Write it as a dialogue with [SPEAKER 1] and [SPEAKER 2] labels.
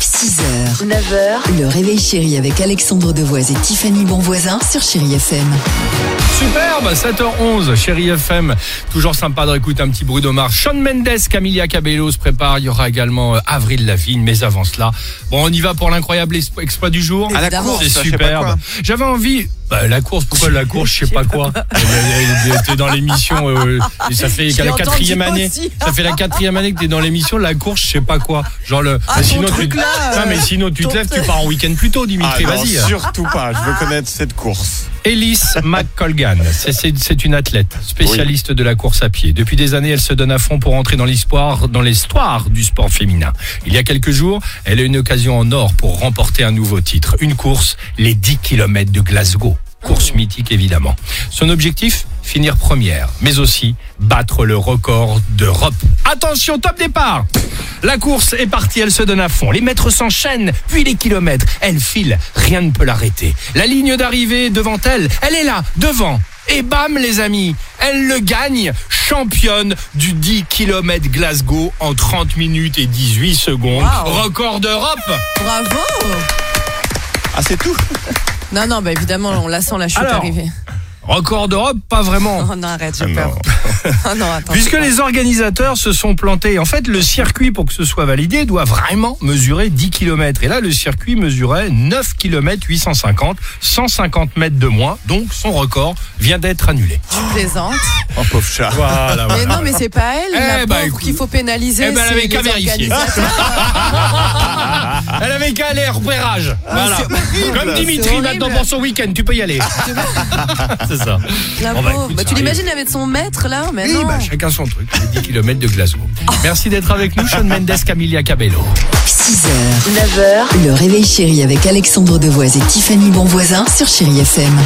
[SPEAKER 1] 6h, 9h, le réveil chéri avec Alexandre Devoise et Tiffany Bonvoisin sur Chéri FM.
[SPEAKER 2] Superbe, 7h11, chérie FM. Toujours sympa de réécouter un petit Bruno Mars. Sean Mendes, Camilla Cabello se prépare. Il y aura également euh, Avril Lavigne, mais avant cela. Bon, on y va pour l'incroyable es- exploit du jour.
[SPEAKER 1] À la Évidemment. course,
[SPEAKER 2] C'est
[SPEAKER 3] je sais pas
[SPEAKER 2] superbe.
[SPEAKER 3] quoi.
[SPEAKER 2] J'avais envie. bah, la course, pourquoi la course Je sais pas quoi. Euh, euh, T'es dans l'émission, euh, euh, ça fait
[SPEAKER 1] J'ai
[SPEAKER 2] la
[SPEAKER 1] entendu
[SPEAKER 2] quatrième année.
[SPEAKER 1] aussi.
[SPEAKER 2] Ça fait la quatrième année que t'es dans l'émission, la course, je sais pas quoi. Genre le.
[SPEAKER 1] Ah, ton
[SPEAKER 2] tu...
[SPEAKER 1] truc là, euh,
[SPEAKER 2] Non, mais sinon tu te
[SPEAKER 1] ton
[SPEAKER 2] lèves, tu
[SPEAKER 1] truc.
[SPEAKER 2] pars en week-end plus tôt,
[SPEAKER 3] Ah
[SPEAKER 2] Dimitri.
[SPEAKER 3] non,
[SPEAKER 2] Vas-y. hein.
[SPEAKER 3] surtout pas, je veux connaître cette course.
[SPEAKER 2] Elise McColgan, c'est- c'est c'est une athlète spécialiste de la course à pied. Depuis des années, elle se donne à fond pour entrer dans l'histoire, dans l'histoire du sport féminin. Il y a quelques jours, elle a eu une occasion en or pour remporter un nouveau titre, une course, les 10 km de Glasgow. Course mythique évidemment. Son objectif Finir première, mais aussi battre le record d'Europe. Attention, top départ la course est partie, elle se donne à fond. Les mètres s'enchaînent, puis les kilomètres. Elle file, rien ne peut l'arrêter. La ligne d'arrivée est devant elle, elle est là, devant. Et bam les amis, elle le gagne, championne du 10 km Glasgow en 30 minutes et 18 secondes. Record d'Europe
[SPEAKER 4] Bravo
[SPEAKER 3] Ah, c'est tout
[SPEAKER 4] Non, non, bah évidemment, on la sent la chute
[SPEAKER 2] Alors.
[SPEAKER 4] arrivée.
[SPEAKER 2] Record d'Europe, pas vraiment.
[SPEAKER 4] Oh non, arrête,
[SPEAKER 2] Ah
[SPEAKER 4] j'ai peur. Oh non, attends.
[SPEAKER 2] Puisque les organisateurs se sont plantés, en fait, le circuit, pour que ce soit validé, doit vraiment mesurer 10 km. Et là, le circuit mesurait 9 km 850, 150 mètres de moins. Donc, son record vient d'être annulé.
[SPEAKER 4] tu plaisantes.
[SPEAKER 3] Oh, pauvre chat.
[SPEAKER 2] Voilà,
[SPEAKER 4] Mais non, mais c'est pas elle,
[SPEAKER 2] Eh
[SPEAKER 4] la
[SPEAKER 2] bah,
[SPEAKER 4] pauvre,
[SPEAKER 2] écoute.
[SPEAKER 4] qu'il faut pénaliser.
[SPEAKER 2] Eh ben, elle
[SPEAKER 4] c'est
[SPEAKER 2] avait
[SPEAKER 4] les
[SPEAKER 2] qu'à vérifier.
[SPEAKER 4] organisateurs.
[SPEAKER 2] Elle avait qu'à aller au repérage. Voilà. Comme Dimitri,
[SPEAKER 4] Ah, horrible.
[SPEAKER 2] maintenant, pour son week-end, tu peux y aller. C'est ça.
[SPEAKER 4] La
[SPEAKER 2] Bon, bah,
[SPEAKER 4] pauvre.
[SPEAKER 2] écoute,
[SPEAKER 4] Bah,
[SPEAKER 2] ça
[SPEAKER 4] tu
[SPEAKER 2] arrive.
[SPEAKER 4] l'imagines avec son maître là Mais
[SPEAKER 2] Oui,
[SPEAKER 4] non.
[SPEAKER 2] bah, chacun son truc. Les 10 km de Glasgow. Merci d'être avec nous, Sean Mendes, Camilla Cabello.
[SPEAKER 1] 6h, 9h, le réveil chéri avec Alexandre Devoise et Tiffany Bonvoisin sur Chéri FM.